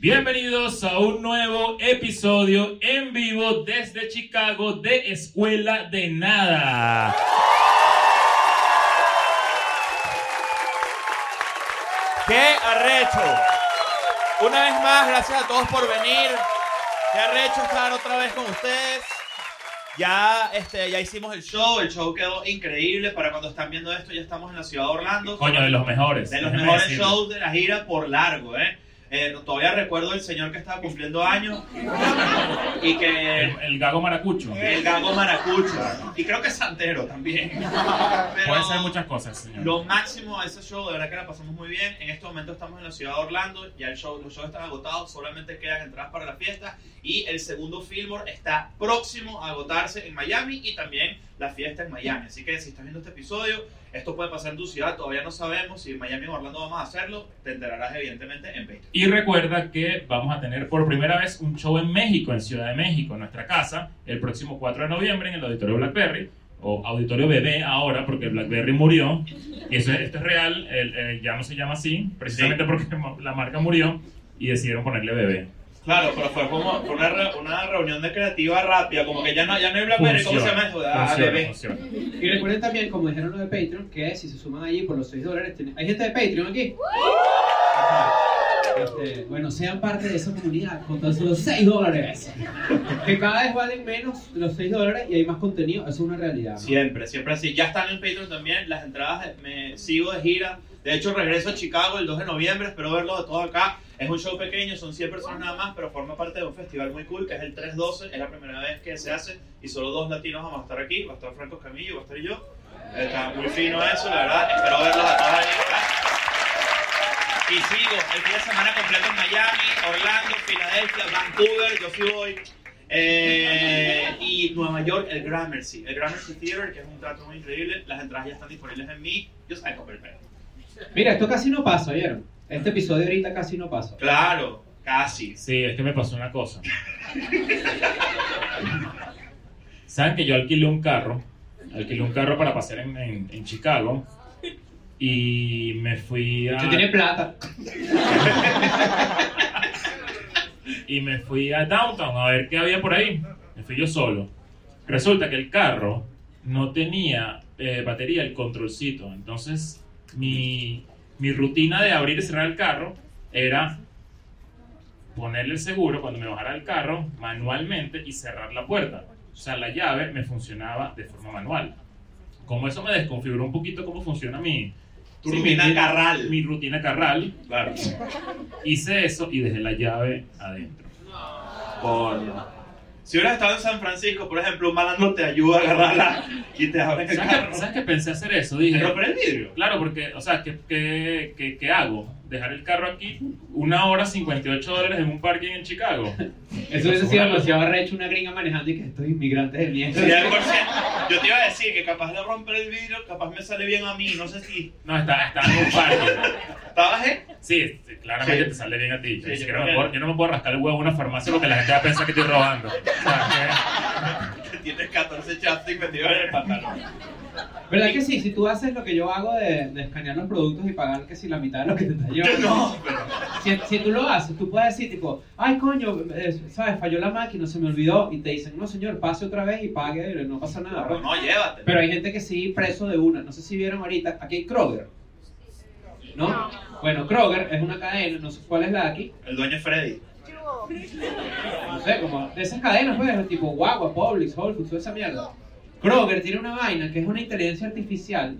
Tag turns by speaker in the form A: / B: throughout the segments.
A: Bienvenidos a un nuevo episodio en vivo desde Chicago de Escuela de Nada.
B: ¡Qué arrecho! Una vez más, gracias a todos por venir. ¡Qué arrecho estar otra vez con ustedes! Ya, este, ya hicimos el show, el show quedó increíble. Para cuando están viendo esto, ya estamos en la ciudad de Orlando.
A: Coño, de los mejores.
B: De los
A: déjeme
B: mejores
A: decirlo.
B: shows de la gira por largo, ¿eh? Eh, todavía recuerdo el señor que estaba cumpliendo años y que
A: El, el gago maracucho.
B: el gago maracucho y creo que Santero también. Pero-
A: Puede ser muchas cosas, señor.
B: Lo máximo a ese show, de verdad que la pasamos muy bien. En este momento estamos en la ciudad de Orlando, ya el show, los shows están agotados, solamente quedan entradas para la fiesta. Y el segundo Fillmore está próximo a agotarse en Miami y también la fiesta en Miami. Así que si estás viendo este episodio, esto puede pasar en tu ciudad, todavía no sabemos si en Miami o Orlando vamos a hacerlo. Te enterarás evidentemente en Patreon.
A: Y recuerda que vamos a tener por primera vez un show en México, en Ciudad de México, en nuestra casa, el próximo 4 de noviembre en el Auditorio Blackberry, o Auditorio Bebé ahora, porque Blackberry murió. Y eso, es- esto es real, el- el- ya no se llama así, precisamente porque mo- la marca murió y decidieron ponerle Bebé.
B: Claro, pero fue como fue una, re- una reunión de creativa rápida, como que ya no, ya no hay Blackberry, ¿cómo se llama eso? Ah,
A: funciona,
B: bebé.
A: funciona.
C: Y recuerden también, como dijeron los de Patreon, que si se suman allí por los 6 dólares, tienen- hay gente de Patreon aquí. Este, bueno, sean parte de esa comunidad con tan solo 6 dólares. Que cada vez valen menos los 6 dólares y hay más contenido, eso es una realidad. ¿no?
B: Siempre, siempre así. Ya están en Patreon también. Las entradas me sigo de gira. De hecho, regreso a Chicago el 2 de noviembre. Espero verlo de todo acá. Es un show pequeño, son 100 personas nada más, pero forma parte de un festival muy cool que es el 312. Es la primera vez que se hace y solo dos latinos vamos a estar aquí. Va a estar Franco Camillo, va a estar yo. Está muy fino eso, la verdad. Espero verlos a todos ahí, ¿verdad? Y sigo el fin de semana completo en Miami, Orlando, Filadelfia, Vancouver. Yo sí voy. Eh, y Nueva York, el Gramercy. El Gramercy Theater, que es un teatro muy increíble. Las entradas ya están disponibles en mí. Yo sé cómo el pedo.
C: Mira, esto casi no pasa, ¿vieron? Este episodio ahorita casi no pasa.
B: Claro, casi.
A: Sí, es que me pasó una cosa. Saben que yo alquilé un carro, alquilé un carro para pasear en, en- en Chicago y me fui a
C: Que tiene plata.
A: y me fui a downtown a ver qué había por ahí. Me fui yo solo. Resulta que el carro no tenía eh, batería, el controlcito. Entonces, mi, mi rutina de abrir y cerrar el carro era ponerle el seguro cuando me bajara el carro manualmente y cerrar la puerta. O sea, la llave me funcionaba de forma manual. Como eso me desconfiguró un poquito cómo funciona mi,
B: Tu
A: sí, mi-
B: rutina
A: mi-
B: carral.
A: mi rutina carral,
B: Claro.
A: hice eso y dejé la llave adentro.
B: Coño. Si hubieras estado en San Francisco, por ejemplo, un malandro te ayuda a agarrarla y te abre el
A: ¿Sabes que,
B: carro.
A: sabes que pensé hacer eso?
B: ¿Te
A: Dije,
B: romper el vidrio?
A: claro, porque, o sea, ¿qué, qué, qué- qué hago? ¿Dejar el carro aquí una hora 58 dólares en un parking en Chicago?
C: Eso hubiese sido demasiado arrecho una gringa manejando y que estos inmigrantes de mierda.
B: 100%. Yo te iba a decir que capaz de romper el vidrio, capaz me sale bien a mí. No sé si.
A: No, está, está en un parking.
B: ¿Estabas, eh?
A: Sí, sí, claramente
B: Sí.
A: te sale bien a ti. Yo,
B: Sí,
A: ni
B: yo
A: siquiera
B: creo
A: me
B: que-
A: puedo- yo no me puedo rascar el huevo en una farmacia porque la gente va a pensar que estoy robando. O sea,
B: Que tienes 14 chapsticks metidos en el pantalón.
C: ¿Verdad que sí? Si tú haces lo que yo hago de, de escanear los productos y pagar que si la mitad de lo que te está
B: Yo
C: llevando.
B: no, pero.
C: Si, si tú lo haces, tú puedes decir, tipo, ay, coño, eh, ¿sabes? Falló la máquina, se me olvidó. Y te dicen, no, señor, pase otra vez y pague, no pasa nada.
B: Pero
C: pues.
B: no, llévate.
C: Pero hay gente que sí preso de una. No sé si vieron ahorita, aquí hay Kroger. ¿No? Bueno, Kroger es una cadena, no sé cuál es la de aquí.
B: El dueño es Freddy.
C: No sé, como de esas cadenas, pues, tipo Guagua, Publix, Whole Foods, toda esa mierda. Kroger tiene una vaina que es una inteligencia artificial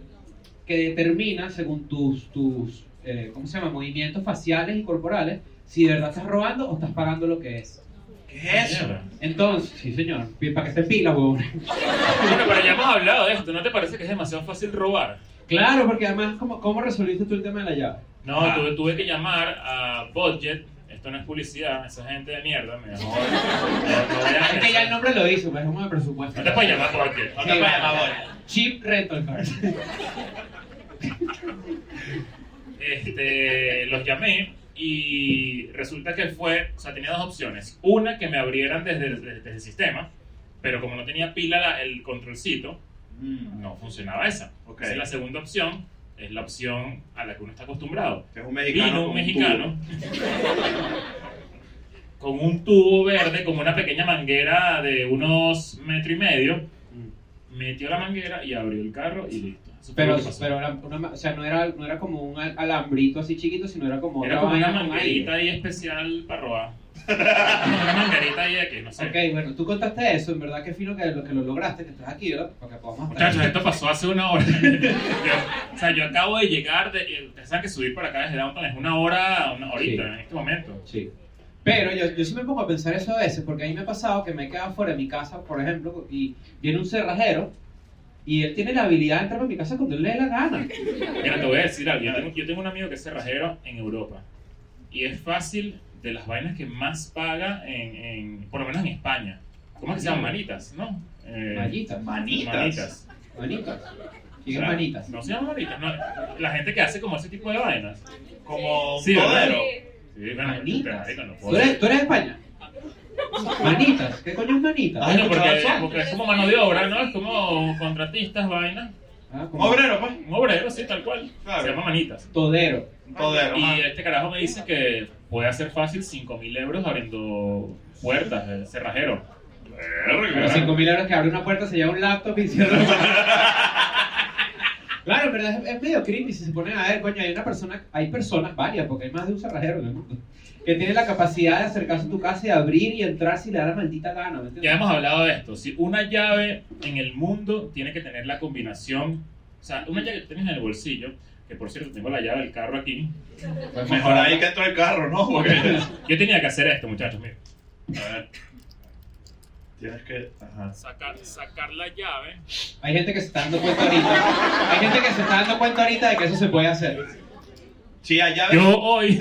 C: que determina, según tus, tus eh, ¿cómo se llama?, movimientos faciales y corporales, si de verdad estás robando o estás pagando lo que es.
B: ¿Qué es eso?
A: Ah, mierda.
C: Entonces, sí señor, pi- para que esté pila, huevón.
A: Bueno, pero ya hemos hablado de esto. ¿No te parece que es demasiado fácil robar?
C: Claro, porque además, ¿cómo, cómo resolviste tú el tema de la llave?
A: No,
B: Ah.
A: tuve, tuve que llamar a Budget. Esto no es publicidad, esa gente de mierda me dejó.
C: Es que ya el nombre lo hizo, pues es como de presupuesto.
A: No te puedes llamar Budget.
B: No te puedes llamar bola.
C: Cheap rental car.
A: Este, los llamé y resulta que fue, o sea, tenía dos opciones. Una, que me abrieran desde, desde- desde el sistema, pero como no tenía pila la- el controlcito,
B: Mm,
A: no funcionaba esa.
B: Ok.
A: Esa es la segunda opción, es la opción a la que uno está acostumbrado.
B: que es un mexicano.
A: Vino
B: con
A: un
B: un
A: mexicano con un tubo verde, como una pequeña manguera de unos metro y medio,
C: Mm.
A: metió la manguera y abrió el carro y listo. Eso fue
C: Pero,
A: lo que pasó.
C: pero era una ma- o sea, no era, no era como un al- alambrito así chiquito, sino era como
A: era
C: otra
A: como una
C: vaina con aire.
A: manguerita ahí especial para robar. una manguerita ahí de que no sé.
C: Ok, bueno, tú contaste eso, en verdad que fino que lo, que lo lograste, que estás aquí, ¿verdad? Para que podamos estar.
A: Muchachos, esto pasó hace una hora. Yo- o sea, yo acabo de llegar, de, eh, ustedes saben que subir para acá desde Downtown es una hora, una horita
C: Sí.
A: en este momento.
C: Sí. Pero yo, yo sí me pongo a pensar eso a veces, porque a mí me ha pasado que me he quedado fuera de mi casa, por ejemplo, y viene un cerrajero y él tiene la habilidad de entrar a mi casa cuando él le dé la gana.
A: Mira, te voy a decir algo. Yo tengo, yo tengo un amigo que es cerrajero en Europa. Y es fácil de las vainas que más paga en, en- por lo menos en España. ¿Cómo es que se llaman? Manitas, ¿no? Eh,
C: Mallitas,
B: Manitas.
A: manitas.
C: manitas.
A: O
C: Siguen
A: sea,
C: manitas.
A: No se llaman manitas. no. La gente que hace como ese tipo de vainas.
B: Como un
A: Sí, ¿verdad?
B: todero.
A: Sí, bueno,
C: Manitas.
A: pero, marico, no puedo.
C: ¿Tú eres, tú eres de España? Manitas, ¿qué coño es manitas?
B: Ay.
A: Coño, porque,
B: ¿escuchado eso?
A: porque es como mano de obra, ¿no? Es como contratistas, vainas.
C: Ah,
B: Un obrero, pues.
A: Un obrero, sí, tal cual.
B: Claro.
A: Se llama manitas.
C: Todero.
B: Un todero. ajá.
A: Y este carajo me dice que puede hacer fácil 5.000 euros abriendo puertas, eh, cerrajero.
C: Pero 5 mil euros que abre una puerta, se lleva un laptop y cierra. claro, pero es, es medio creepy si se ponen a ver, coño, hay una persona, hay personas varias, porque hay más de un cerrajero en el mundo, que tiene la capacidad de acercarse a tu casa y abrir y entrar si le da la maldita gana, ¿me
A: Ya
C: entiendes?
A: hemos hablado de esto. Si una llave en el mundo tiene que tener la combinación, o sea, una llave que tienes en el bolsillo, que por cierto tengo la llave del carro aquí.
C: Pues
B: Mejor ahí que entró el carro, ¿no? Porque
A: Yo tenía que hacer esto, muchachos, miren. A ver,
B: tienes que. Ajá.
A: sacar, sacar la llave.
C: Hay gente que se está dando cuenta ahorita, hay gente que se está dando cuenta ahorita de que eso se puede hacer.
B: Sí, allá ves.
A: Yo hoy.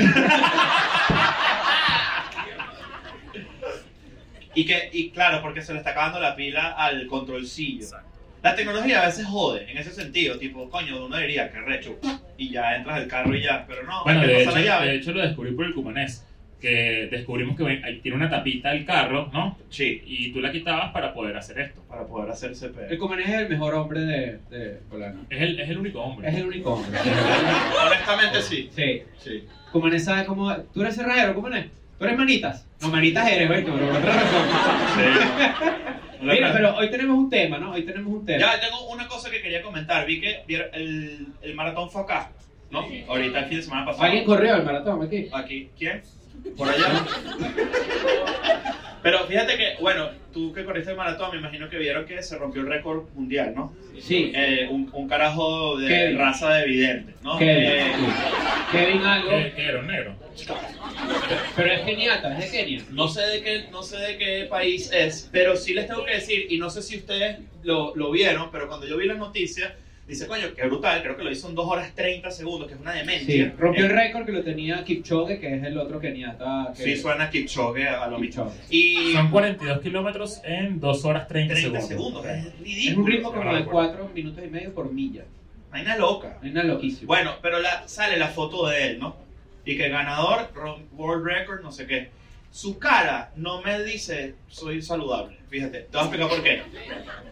B: Y, que, y claro, porque se le está acabando la pila al controlcillo. La tecnología a veces jode en ese sentido. Tipo, coño, uno diría que recho. Y ya entras al carro y ya. Pero no,
A: Bueno,
B: hay que
A: de hecho,
B: pasar
A: eh,
B: la llave.
A: de hecho lo descubrí por el cumanés. Que descubrimos que ven- ahí tiene una tapita el carro, ¿no?
B: Sí,
A: Y tú la quitabas para poder hacer esto.
B: para poder hacer ese
C: El
A: eh,
B: pedo.
C: Cumanés es el mejor hombre de, de Polano.
A: Es el, es el único hombre.
C: Es el único hombre.
B: Honestamente, sí.
C: Sí.
B: Sí.
C: Cumanés sabe cómo. ¿Tú eres cerrajero, Cumanés? ¿Tú eres manitas? No, manitas eres, güey, pero por otra razón. Mira, pero hoy tenemos un tema, ¿no? Hoy tenemos un tema.
B: Ya tengo una cosa que quería comentar. Vi que vier- el, el maratón fue acá, ¿no? Ahorita el fin de semana pasado.
C: ¿Alguien corrió el maratón aquí?
B: Aquí. ¿Quién? Por allá. Pero fíjate que, bueno, tú que corriste el maratón, me imagino que vieron que se rompió el récord mundial, ¿no?
C: Sí.
B: Eh, un, un carajo de
C: Kevin.
B: raza de vidente, ¿no?
C: Kevin.
B: Eh,
C: Sí. Kevin algo.
A: ¿Qué, qué era un negro?
C: Pero es keniata, es de Kenia.
B: no sé de qué, no sé de qué país es, pero sí les tengo que decir, y no sé si ustedes lo, lo vieron, pero cuando yo vi las noticias, dice, coño, qué brutal, creo que lo hizo en 2 horas 30 segundos, que es una
C: Sí.
B: demencia.
C: Rompió el
B: Eh,
C: récord que lo tenía Kipchoge, que es el otro keniata. Que
B: Sí, suena Kipchoge a lo mismo.
C: Kipchoge.
B: Y
A: Son 42 kilómetros en 2 horas 30,
B: 30
A: segundos.
B: segundos, eh. es
C: Es un
B: ridículo.
C: ritmo como de 4 minutos y medio por milla.
B: Vaina loca.
C: Es una loquísima.
B: Bueno, pero la, sale la foto de él, ¿no? Y que ganador, ro- World Record, no sé qué. Su cara no me dice, soy saludable. Fíjate, te voy a explicar por qué.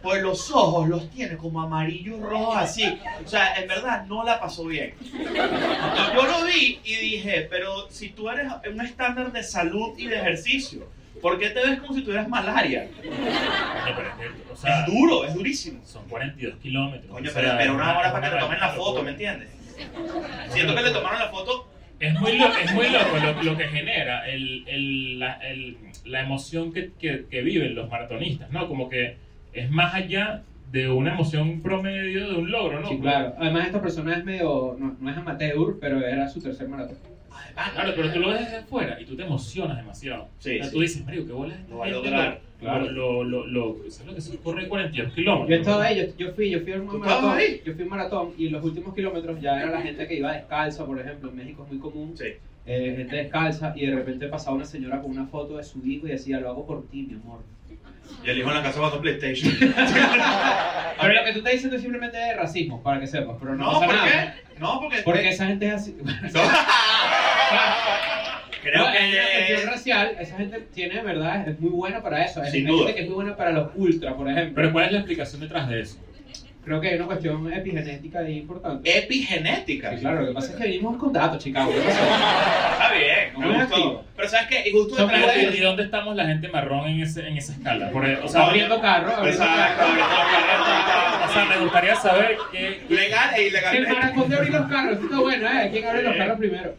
B: Pues los ojos los tiene como amarillos rojos así. O sea, en verdad no la pasó bien. Y yo lo vi y dije, pero si tú eres un estándar de salud y de ejercicio, ¿por qué te ves como si tuvieras malaria?
A: Coño, pero es que, o sea,
B: Es duro, es durísimo.
A: son 42 kilómetros.
B: Coño,
A: O sea,
B: pero espera una hora para que te
A: una-
B: tomen la foto, ¿me entiendes? Siento que le tomaron la foto
A: Es muy, lo- es muy loco lo, lo que genera el, el- la, el- la emoción que, que- que viven los maratonistas, ¿no? Como que es más allá de una emoción promedio de un logro, ¿no?
C: Sí, claro. Además, esta persona es medio. No, no es amateur, pero era su tercer maratón. Ah,
A: Claro, pero tú lo ves desde afuera y tú te emocionas demasiado.
B: Sí,
A: O sea,
B: sí.
A: Tú dices, Mario, qué bola es esta
B: Lo va a
A: gente,
B: lograr.
A: lo- Lo, lo, lo, lo- ¿sabes lo que se corre 42 kilómetros?
C: Yo estaba ahí, yo, yo fui, yo fui a un
B: ¿Tú estabas
C: maratón.
B: ahí?
C: Yo fui a un maratón y en los últimos kilómetros ya era la gente que iba descalza, por ejemplo. En México es muy común.
B: Sí.
C: eh, gente descalza y de repente pasaba una señora con una foto de su hijo y decía, lo hago por ti, mi amor.
B: Y el hijo en la casa jugando PlayStation.
C: Pero lo que tú estás diciendo es simplemente de racismo, para que sepas, pero no,
B: No,
C: pasa
B: ¿por
C: nada.
B: qué? No, porque.
C: Porque esa gente es así.
B: No. Creo
C: No, es una
B: que.
C: cuestión racial, esa gente tiene, de verdad, es muy buena para eso. Es
B: Sin
C: hay gente
B: duda.
C: que es muy buena para los ultras, por ejemplo.
A: Pero ¿cuál es la explicación detrás de eso?
C: Creo que hay una cuestión epigenética ahí importante.
B: Epigenética.
C: Sí, claro, lo que pasa es que venimos con datos, Chicago. ¿Qué pasó?
B: Está bien,
C: No
B: me
C: es
B: gustó.
C: activo.
B: Pero ¿sabes qué? Y justo
A: Son
B: detrás de
A: preguntas, ¿Y dónde estamos la gente marrón en, ese, en esa escala? Por- e, o, sea, abriendo-
C: Abriendo carro, abriendo
B: Exacto,
C: carro.
A: o sea, me gustaría saber qué,
B: Legal e
C: El
B: ilegalmente.
C: maratón de abrir los carros, esto está bueno, ¿eh? ¿Quién abre los
B: Sí.
C: carros primero?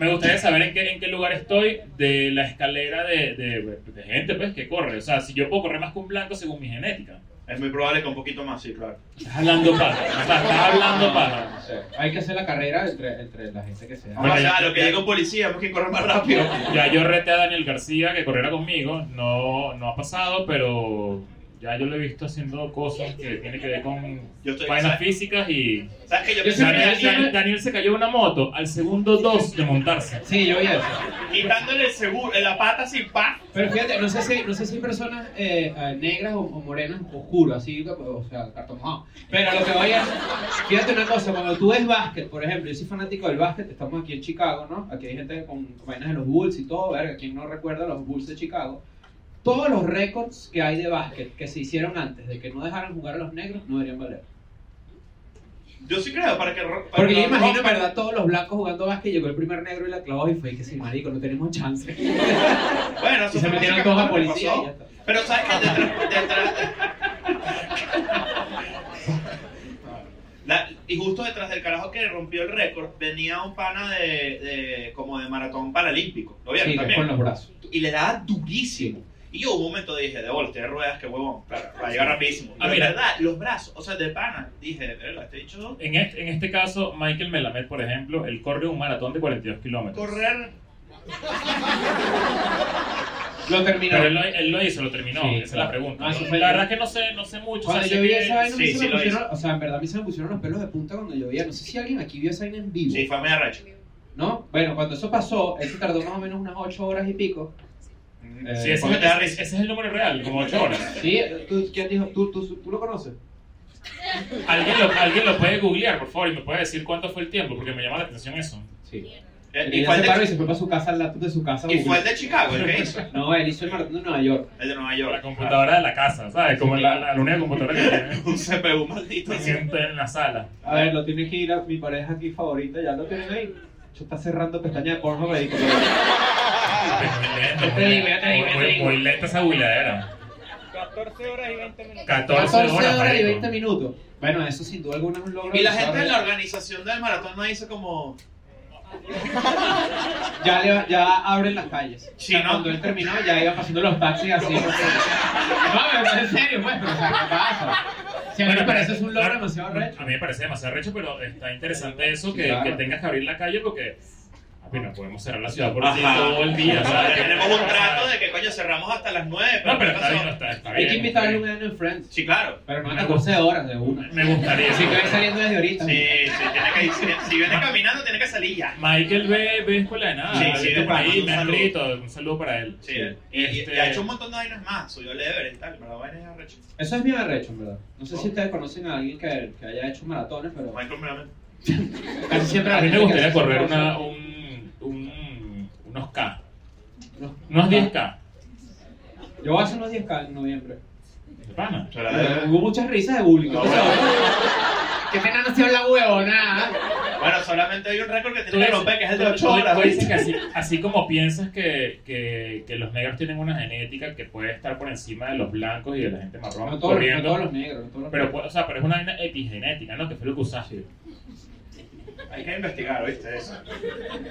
A: Me gustaría saber en qué, en qué lugar estoy de la escalera de, de- de gente pues, que corre. O sea, si yo puedo correr más que un blanco según mi genética.
B: Es muy probable que un poquito más, sí, claro.
A: Estás hablando paja. o sea, estás hablando paja.
C: No sé, Hay que hacer la carrera entre, entre la gente que sea.
B: Vamos
A: Bueno,
B: allá,
A: ya-
B: lo que llega un policía, vamos que corre más rápido.
A: Yo- ya yo reté a Daniel García que corriera conmigo. No, no ha pasado, pero ya yo lo he visto haciendo cosas que tienen que ver con
B: Yo estoy-
A: vainas físicas y...
B: ¿Sabes qué? Yo
C: Yo
B: pensé
C: siempre-
A: Daniel,
B: que
C: siempre-
A: Dan- Daniel se cayó de una moto al segundo dos de montarse.
C: Sí, yo vi eso.
B: quitándole el seguro, la pata sin par.
C: Pero fíjate, no sé si, no sé si hay personas eh, eh, negras o, o morenas, oscuras, así, o sea, cartomado. Pero lo que voy a... Fíjate una cosa, cuando tú ves básquet, por ejemplo, yo soy fanático del básquet, estamos aquí en Chicago, ¿no? Aquí hay gente con vainas de los Bulls y todo, verga, quien no recuerda los Bulls de Chicago. Todos los récords que hay de básquet que se hicieron antes de que no dejaran jugar a los negros no deberían valer.
B: Yo sí creo, para que. ro- para
C: Porque
B: que
C: yo imagino, en
B: rompa-
C: verdad, todos los blancos jugando básquet, llegó el primer negro y la clavó y fue que sí, marico, no tenemos chance.
B: Bueno,
C: Y
B: eso
C: se
B: fue
C: metieron todos
B: básicamente lo
C: a
B: que
C: policía y
B: pasó.
C: ya está.
B: Pero sabes que detrás. detrás- La- y justo detrás del carajo que rompió el récord venía un pana de, de- como de maratón paralímpico. ¿Lo vieron
C: Sí, que es
B: también?
C: con los brazos.
B: Y le daba durísimo. Y yo hubo un momento dije, de voltear ruedas, qué huevón, para, para llegar rapidísimo.
A: Ah,
B: Pero
A: mira.
B: de verdad, los brazos, o sea, de pana, dije, de verdad, este dicho
A: En este, en este caso, Michael Melamed, por ejemplo, él corre un maratón de 42 kilómetros.
B: correr.
C: Lo terminó.
A: Pero él lo, él lo hizo, lo terminó,
C: Sí,
A: esa es la
C: claro.
A: pregunta.
C: Ah, eso fue-
A: la verdad es que no sé, no sé mucho. o sea,
C: Cuando
A: sé
C: yo vi
A: que-
C: esa vaina, a mí
B: sí,
C: se
B: sí
C: me
B: lo
C: pusieron, o sea, en verdad a mí se me pusieron los pelos de punta cuando yo veía. No sé si alguien aquí vio esa vaina en vivo,
B: Sí, fue medio arrecho.
C: ¿no? Bueno, cuando eso pasó, eso tardó más o menos unas 8 horas y pico.
B: Mm,
C: Eh,
A: Sí, ese,
B: Porque te da
A: ese-
B: risa.
A: ese es el número real, como 8 horas.
C: Sí, ¿tú, ¿quién dijo? ¿Tú, tú, tú lo conoces?
A: ¿Alguien lo, alguien lo puede googlear, por favor, y me puede decir cuánto fue el tiempo, porque me llama la atención eso.
C: Sí.
B: Eh,
C: Y
B: Y fue
C: se
B: el
C: paró y
B: de-
C: se fue para su casa, al laptop de su casa.
B: y fue el
C: Google.
B: de Chicago el que hizo.
C: No, él hizo el maratón de Nueva York.
B: El de Nueva
A: Por la
B: York.
A: computadora de la casa, ¿sabes? Como la, la, la única computadora que
B: Un CPU maldito.
A: tiene en la sala.
C: A ver, lo tiene que ir a mi pareja aquí favorita, ya lo tienen ahí. Yo está cerrando pestaña de porno, me dijo.
A: Muy lento,
C: Ya te digo, ya te digo, ya te
A: muy-
C: digo.
A: muy lenta esa googleadera.
D: 14 horas y 20 minutos.
A: 14
C: 14
A: horas,
C: horas y
A: marico.
C: 20 minutos. Bueno, eso sin duda alguna es un logro.
B: Y la
C: que
B: gente
C: sabe.
B: en la organización del maratón no dice como.
C: Ya, le, ya abren las calles.
B: Sí, ¿no?
C: Cuando él terminó, ya iban pasando los taxis así. No, pero no, en serio, pues, pero o sea, ¿qué pasa? Si a mí
A: Bueno,
C: me parece es un logro
A: claro,
C: demasiado recho.
A: A mí me parece demasiado recho, pero está interesante eso
C: Sí,
A: que,
C: claro.
A: que tengas que abrir la calle porque, bueno, podemos cerrar la ciudad por
B: Ajá.
A: todo el día, ¿sabes?
B: "Ah, Tenemos un trato de que coño cerramos hasta las 9.
A: No, pero está bien, no está, está
C: Hay
A: bien.
C: que invitarle un año en Friends.
B: Sí, claro.
C: Pero no a 14 horas de una.
A: Me gustaría.
C: Así que voy saliendo desde ahorita.
B: Sí, sí, tiene que ir. si- Si viene caminando, tiene que salir ya.
A: Michael ve, ve Escuela de Nada.
B: Sí,
A: ha
B: sí,
A: visto
B: le
A: por
B: mando
A: ahí,
B: un
A: me ha
B: saludo.
A: escrito. Un saludo para él.
B: Sí, y, y-
A: Este-
B: y ha hecho un montón de vainas más. Subió el Everest y tal, pero la vaina es arrecho.
C: Eso es bien arrecho, en verdad. No sé si ustedes conocen a alguien que, que haya hecho maratones, pero
B: Michael Melamed.
C: casi siempre...
A: A mí
C: la gente
A: me
C: que
A: gustaría
C: hace
A: correr
C: cosas-
A: una, un, un- unos K.
C: No.
A: Unos 10K.
C: Yo voy a hacer unos 10K en noviembre.
A: De pana.
B: Pero la de-
C: Hubo muchas risas de bullying.
B: No,
C: ¿Qué pasa?
B: bueno.
C: Qué pena no se habla huevo, nada.
B: Bueno, solamente hay un récord que tiene que romper, que es el de
A: tú-
B: 8
A: tú-
B: horas.
A: tú dices
B: ¿viste?
A: que así, así como piensas que, que, que los negros tienen una genética que puede estar por encima de los blancos y de la gente marrón
C: No todos, los- no
A: corriendo.
C: todos los negros, no todos los
A: pero,
C: negros.
A: pues, o sea, pero es una vaina epigenética, ¿no? Que fue lo que usaste.
B: Hay que investigar, ¿viste? Eso.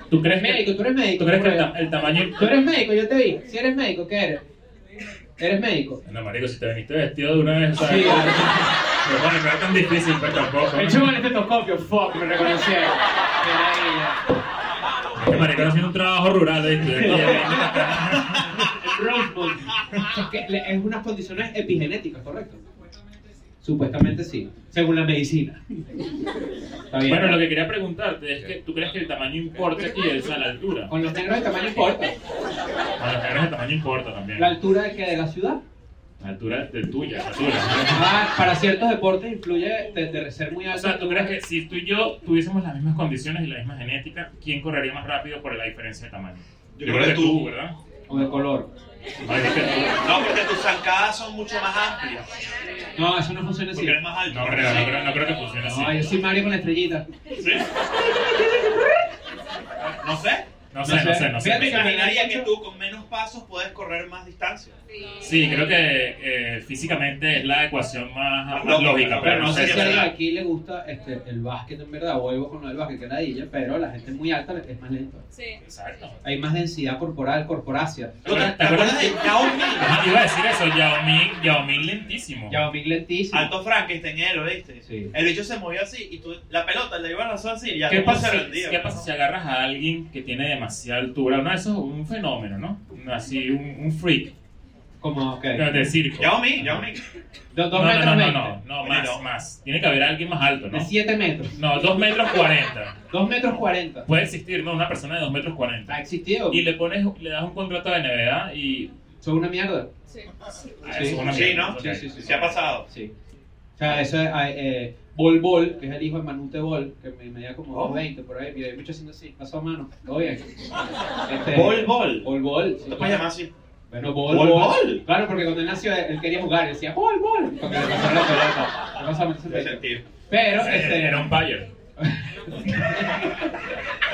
A: ¿Tú
C: Tú
A: crees
C: eres
A: que,
C: médico, tú eres médico.
A: tú crees que el,
C: prueba.
A: ta- el tamaño...
C: Tú eres médico, yo te vi. Si eres médico, ¿qué eres? ¿Eres médico?
A: No, marico, si te viniste vestido de una vez, ¿sabes?
C: Sí, vale.
A: Pero bueno, no es tan difícil, pero tampoco.
C: El chupo en estetoscopio, fuck, me reconocieron. Qué maravilla.
A: Este marico está haciendo un trabajo rural, ¿viste?
C: El Rumble. Es que le- es unas condiciones epigenéticas, ¿correcto? Supuestamente sí, según la medicina. Está bien.
A: Bueno, lo que quería preguntarte es que tú crees que el tamaño importa aquí, o sea, la altura.
C: Con los negros de tamaño importa.
A: Bueno, los negros el tamaño importa también.
C: La altura de que de la ciudad.
A: La altura de tuya, la altura.
C: Ah, para ciertos deportes influye de, de ser muy
A: O
C: alto.
A: sea, ¿tú crees que si tú y yo tuviésemos las mismas condiciones y la misma genética, quién correría más rápido por la diferencia de tamaño?
B: Yo creo que tú.
A: ¿verdad?
C: O de color.
A: Marica,
B: No, porque tus zancadas son mucho más amplias.
C: No, eso no funciona así.
B: Porque eres más alto.
A: No creo, no creo, no creo que funcione así.
C: No, yo soy Mario con la estrellita.
B: ¿Sí? No sé.
A: No sé, no sé, no
C: Fíjate
A: sé.
B: Me
C: que-
B: imaginaría que tú con menos pasos puedes correr más distancia.
A: Sí, creo que eh, físicamente es la ecuación más,
B: Más
A: más
B: lógica,
A: lógica, pero no sé si
C: si
A: es
C: a alguien
A: verdad.
C: aquí le gusta este, el básquet en verdad, vuelvo con lo del básquet que es la dilla, pero la gente muy alta es más lenta.
E: Sí.
A: Exacto.
C: Hay más densidad corporal, corporácea.
B: ¿Tú te, te acuerdas de Yao Ming?
A: Ajá, iba a decir eso, Yao Ming, Yao Ming lentísimo.
C: Yao Ming lentísimo.
B: Alto Frankenstein era, ¿viste?
C: Sí.
B: El bicho se movía así y tú, la pelota le iba a lanzar así y ya
A: ¿Qué
B: el bicho
A: pasa,
B: se
A: si,
B: rendía.
A: ¿Qué pasa si agarras a alguien que tiene demasiada altura? No, eso es un fenómeno, ¿no? Así, un, un freak
C: Como, ok.
A: de de circo.
B: Yao Ming, Yao Ming.
C: Do-
A: No,
C: dos
A: no,
C: metros
A: no, no,
C: veinte.
A: no, no,
B: Bueno.
A: más, más. Tiene que haber alguien más alto, ¿no?
C: De 7 metros.
A: No, 2 metros 40.
C: Dos metros 40.
A: Puede existir, ¿no? Una persona de 2 metros 40.
C: Ha existido.
A: Y le pones, le das un contrato de NBA y...
C: Son una mierda.
E: Sí.
A: Ah,
C: Sí.
A: eso es una
B: Sí,
A: mierda,
B: ¿no?
A: ok.
C: Sí, sí, sí.
B: Se ha pasado.
C: Sí. O sea, eso es. ah, eh, Bol Bol, que es el hijo de Manute Bol, que me medía como
B: Oh.
C: 220 por ahí. Mira, hay mucho haciendo así. Pasó a mano. Todo bien. Este,
B: Bol, bol.
C: Bol Bol. sí.
B: ¿Te puedes llamar así?
C: Bueno, Bol
B: Bol
C: Bol.
B: Bol.
C: Claro, porque cuando él nació él quería jugar. Él decía Bol Bol. Porque le pasaba la pelota. Le pasaba mucho
B: Tiene
C: sentido.
B: sentido.
C: Pero, este.
A: Era un Bayer.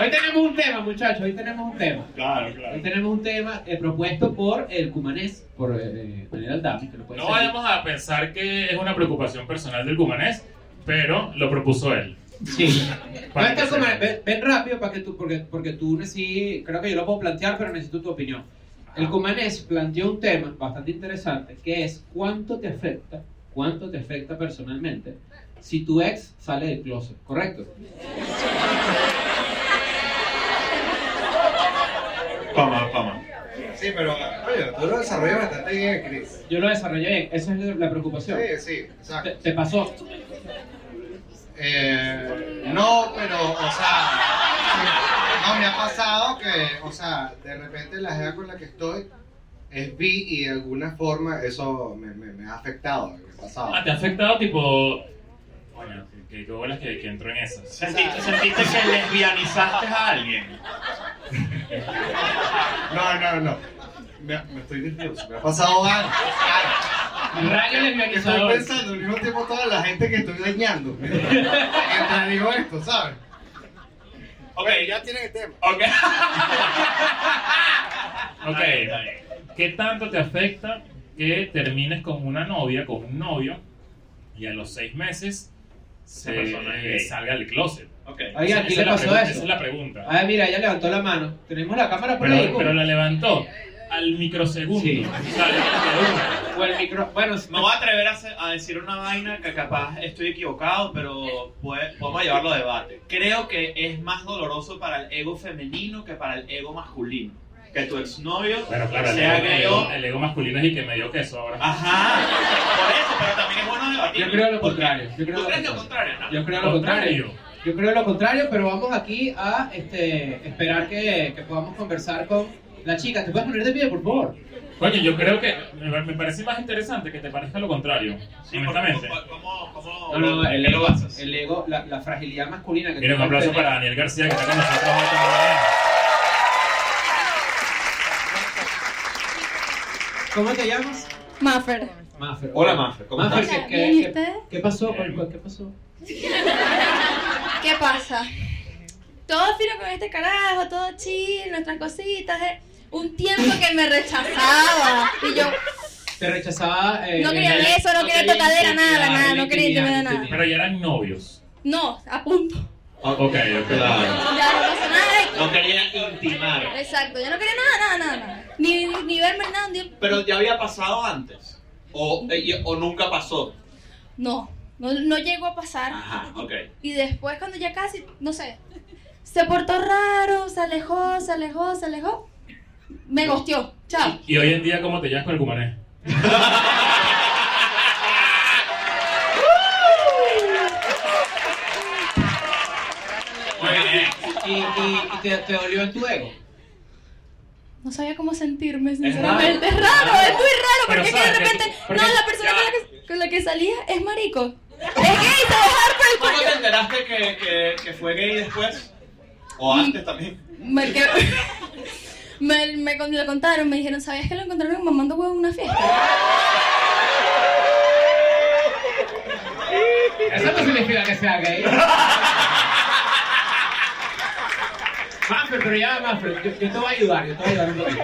C: Hoy tenemos un tema, muchachos. Hoy tenemos un tema.
B: Claro,
C: Hoy
B: claro.
C: tenemos un tema eh, propuesto por el cumanés, por eh, Daniel Aldama, que lo puede
A: No
C: seguir.
A: vayamos a pensar que es una preocupación personal del cumanés, pero lo propuso él.
C: Sí. No
A: Para
C: está
A: que
C: como-
A: sea.
C: ven, ven rápido para que tú, porque, porque tú neces- creo que yo lo puedo plantear, pero necesito tu opinión. El Cumanés planteó un tema bastante interesante, que es cuánto te afecta, cuánto te afecta personalmente si tu ex sale del closet, ¿correcto?
B: Toma, toma.
F: Sí, pero oye, tú lo desarrollas bastante bien, Chris.
C: Yo lo desarrollé bien, esa es la
F: Sí,
C: preocupación.
F: sí,
C: Te,
F: exacto.
C: te pasó.
F: Eh, no, pero, o sea, no me ha pasado que, o sea, de repente la jeva con la que estoy es bi y de alguna forma eso me, me, me ha afectado en el pasado.
A: Ah, ¿te ha afectado tipo... Bueno, que, que bolas que, que entro en esas.
B: ¿Sentiste, sentiste que lesbianizaste a alguien?
F: No, no, no. Me, me estoy nervioso, me ha pasado antes.
C: Rayo
F: Estoy
C: lesbianizador.
F: pensando al mismo tiempo toda la gente que estoy dañando. Mientras digo esto, ¿sabes?
B: Ok, ya.
F: tienen el tema.
B: Ok.
A: Ok, ¿qué tanto te afecta que termines con una novia, con un novio, y a los seis meses se
B: Esa persona es gay.
A: salga del closet?
B: Ok.
C: Oiga, ¿a
A: Esa-
C: quién
A: esa es
C: le
A: la
C: pasó
A: pregunta, Esa
C: eso?
A: es la pregunta.
C: Ah, mira, ella levantó la mano. Tenemos la cámara por ahí.
A: Pero,
C: ¿cómo?
A: pero la levantó al microsegundo.
C: Sí.
A: O sea, la-
C: O el micro... Bueno,
B: Me voy a atrever a, hacer- a decir una vaina que capaz estoy equivocado, pero puede- podemos llevarlo a debate. Creo que es más doloroso para el ego femenino que para el ego masculino. Que tu exnovio
A: Bueno, claro, el
B: sea
A: ego, el
B: gay
A: ego-
B: o...
A: el ego masculino es el que me dio queso
C: Ah,
A: ahora.
B: Ajá. Por eso, pero también es bueno debatir.
C: Yo creo lo
B: Porque-
C: contrario. Yo creo
B: ¿Tú
C: lo
B: crees lo
C: contrario.
B: contrario, no?
C: Yo creo lo contrario. Yo creo lo contrario, pero vamos aquí a este, esperar que, que podamos conversar con la chica. ¿Te puedes poner de pie, por favor?
A: Coño, yo creo que me, me parece más interesante que te parezca lo contrario,
B: Sí,
A: honestamente.
B: porque ¿Cómo, cómo,
C: No,
B: cómo
C: no, el
B: qué lo
C: ego,
B: haces?
C: el ego la, la fragilidad masculina que
A: Mira, un
C: tú puedes
A: aplauso
C: tener.
A: para Daniel García que está con nosotros hoy también.
C: ¿Cómo te llamas?
G: Maffer.
C: Maffer.
B: Hola, Maffer, ¿cómo
C: Maffer,
G: estás?
C: ¿qué-
G: Hola,
C: ¿qué,
G: ¿bien y
C: qué-
G: ustedes?
C: qué pasó?
A: Bien.
C: ¿Cuál- ¿Qué pasó?
G: ¿Qué pasa? Todo fino con este carajo, todo chill, nuestras cositas. eh. Un tiempo que me rechazaba. Y yo,
C: Te rechazaba. eh,
G: No quería
C: la-
G: beso, no quería
C: quería
G: tocadera,
C: intimidad,
G: nada, nada, no quería
C: intimidad,
G: intimidad, nada.
A: Pero ya eran novios.
G: no, a punto.
A: Ok, ok.
G: Ya no pasa nada. eh.
B: No quería intimar.
G: Exacto, yo no quería nada, nada, nada, nada. Ni, ni verme nada un día.
B: Pero ya había pasado antes. O, eh, y- o nunca pasó.
G: No, no, no llegó a pasar.
B: Ajá, ok.
G: Y después cuando ya casi, no sé, se portó raro, se alejó, se alejó, se alejó. Me gosteó. Chao.
A: ¿Y hoy en día cómo te llevas con el cumanés?
C: Y, y, y te, te dolió en tu ego.
G: No sabía cómo sentirme, sinceramente. Es raro, es, muy raro,
A: Pero
G: porque es que
A: sabes
G: de
A: que-
G: repente,
A: porque-
G: no, la persona con la, que, con la que salía es marico. Es gay, te va a dejar por el
B: ¿Cómo te
G: cuello.
B: enteraste
G: Mm.
B: que, que, que fue gay después? O antes también.
G: Me quedé- Me, me con- lo contaron, me dijeron, ¿sabías que lo encontraron mamando huevo en una fiesta?
C: Eso no significa que sea gay. Manfred, pero ya, Manfred, yo, yo te voy a ayudar, yo te voy a ayudar un poquito.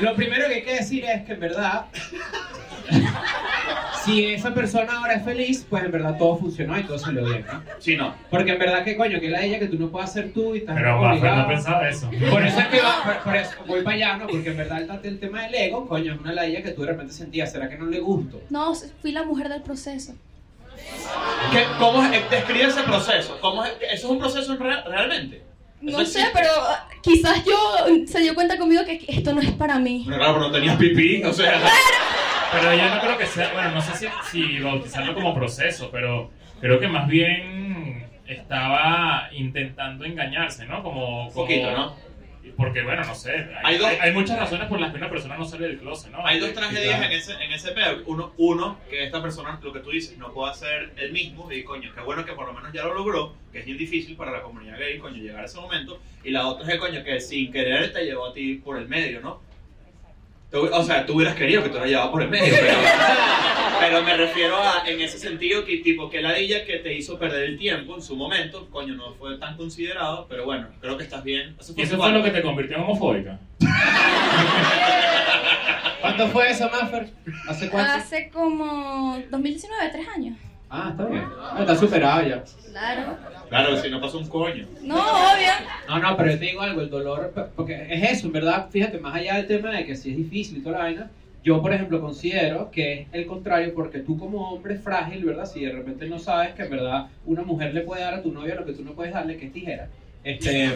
C: Lo primero que hay que decir es que en verdad, si esa persona ahora es feliz, pues en verdad todo funcionó y todo salió bien, ¿no?
B: Sí, no.
C: Porque en verdad que coño, que la ella que tú no puedas ser tú y estás
A: Pero Maffer no
C: obligado.
A: pensaba eso.
C: Por eso es que va, por, por eso voy para allá, ¿no? Porque en verdad el, el tema del ego, coño, es una ladilla que tú de repente sentías, ¿será que no le gusto?
G: No, fui la mujer del proceso.
B: ¿Qué- ¿Cómo es- eh, describe ese proceso? ¿Cómo es, ¿Eso es un proceso real- realmente? ¿Eso
G: No sé,
B: existe?
G: pero ah, quizás yo se dio cuenta conmigo que esto no es para mí.
B: Pero claro, pero no tenías pipí, o sea.
A: Pero yo no creo que sea, bueno, no sé si, si bautizarlo como proceso, pero creo que más bien estaba intentando engañarse, ¿no? Como, como
B: Poquito, ¿no?
A: Porque, bueno, no sé, hay,
B: Hay dos-
A: hay- hay muchas razones por las que una persona no sale del closet, ¿no?
B: Hay dos tragedias
A: Claro.
B: en ese, en ese peor. Uno, uno, que esta persona, lo que tú dices, no puede hacer el mismo. Y coño, qué bueno que por lo menos ya lo logró, que es bien difícil para la comunidad gay, coño, llegar a ese momento. Y la otra es que, coño, que sin querer te llevó a ti por el medio, ¿no? Tú- O sea, tú hubieras querido que te lo llevado por el medio, pero, pero me refiero a, en ese sentido, que tipo, que ladilla que te hizo perder el tiempo en su momento, coño, no fue tan considerado, pero bueno, creo que estás bien. Eso
A: ¿Y
B: fue
A: eso
B: tu
A: fue
B: parte.
A: lo que te convirtió en homofóbica?
C: ¿Cuándo fue eso, Maffer? ¿Hace cuánto?
G: Hace como 2019, tres años.
C: Ah, está bien. Ah, está superado ya.
G: Claro.
B: Claro, si no pasó un coño.
G: No, obvio.
C: No, no, pero yo te digo algo, el dolor, porque es eso, en verdad, fíjate, más allá del tema de que si es difícil y toda la vaina, yo, por ejemplo, considero que es el contrario, porque tú como hombre frágil, ¿verdad? Si de repente no sabes que en verdad una mujer le puede dar a tu novia lo que tú no puedes darle, que es tijera, este,